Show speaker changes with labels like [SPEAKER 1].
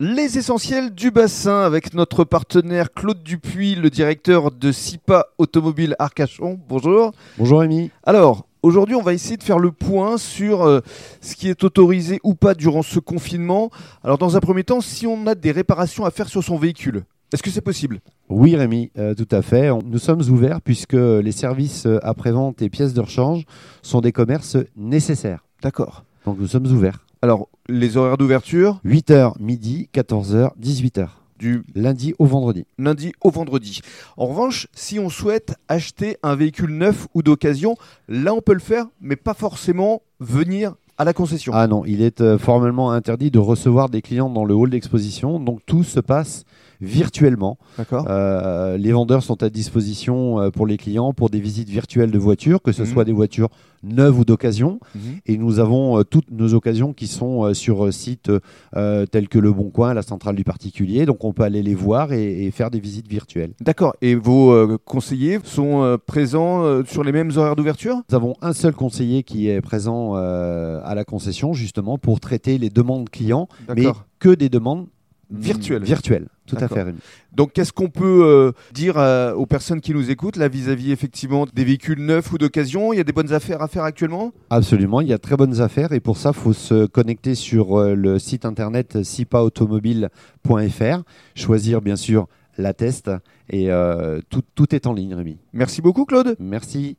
[SPEAKER 1] Les essentiels du bassin avec notre partenaire Claude Dupuis, le directeur de SIPA Automobile Arcachon. Bonjour.
[SPEAKER 2] Bonjour Rémi.
[SPEAKER 1] Alors, aujourd'hui, on va essayer de faire le point sur euh, ce qui est autorisé ou pas durant ce confinement. Alors, dans un premier temps, si on a des réparations à faire sur son véhicule, est-ce que c'est possible
[SPEAKER 2] Oui Rémi, euh, tout à fait. On- Nous sommes ouverts puisque les services euh, après-vente et pièces de rechange sont des commerces nécessaires.
[SPEAKER 1] D'accord.
[SPEAKER 2] Donc nous sommes ouverts.
[SPEAKER 1] Alors, les horaires d'ouverture
[SPEAKER 2] 8h midi, 14h, 18h.
[SPEAKER 1] du
[SPEAKER 2] Lundi au vendredi.
[SPEAKER 1] lundi au vendredi. En revanche, si on souhaite acheter un véhicule neuf ou d'occasion, là, on peut le faire, mais pas forcément venir à la concession.
[SPEAKER 2] Ah non, il est euh, formellement interdit de recevoir des clients dans le hall d'exposition. Donc tout se passe virtuellement.
[SPEAKER 1] D'accord.
[SPEAKER 2] Euh, les vendeurs sont à disposition euh, pour les clients pour des visites virtuelles de voitures, que ce
[SPEAKER 1] Mhm.
[SPEAKER 2] soit des voitures neuves ou d'occasion.
[SPEAKER 1] Mhm.
[SPEAKER 2] Et nous avons euh, toutes nos occasions qui sont euh, sur euh, sites euh, tels que Le Bon Coin, la centrale du particulier. Donc on peut aller les voir et, et faire des visites virtuelles.
[SPEAKER 1] D'accord. Et vos euh, conseillers sont euh, présents euh, sur les mêmes horaires d'ouverture
[SPEAKER 2] Nous avons un seul conseiller qui est présent euh, à la concession justement pour traiter les demandes clients, mais que des demandes mm,
[SPEAKER 1] Virtuelles.
[SPEAKER 2] Virtuelles, tout à
[SPEAKER 1] D'accord.
[SPEAKER 2] fait. Rémi.
[SPEAKER 1] Donc, qu'est-ce qu'on peut euh, dire euh, aux personnes qui nous écoutent là vis-à-vis effectivement des véhicules neufs ou d'occasion Il y a des bonnes affaires à faire actuellement
[SPEAKER 2] Absolument, il y a de très bonnes affaires et pour ça, il faut se connecter sur euh, le site internet sipaautomobile.fr, choisir bien sûr la test et euh, tout, tout est en ligne, Rémi.
[SPEAKER 1] Merci beaucoup, Claude.
[SPEAKER 2] Merci.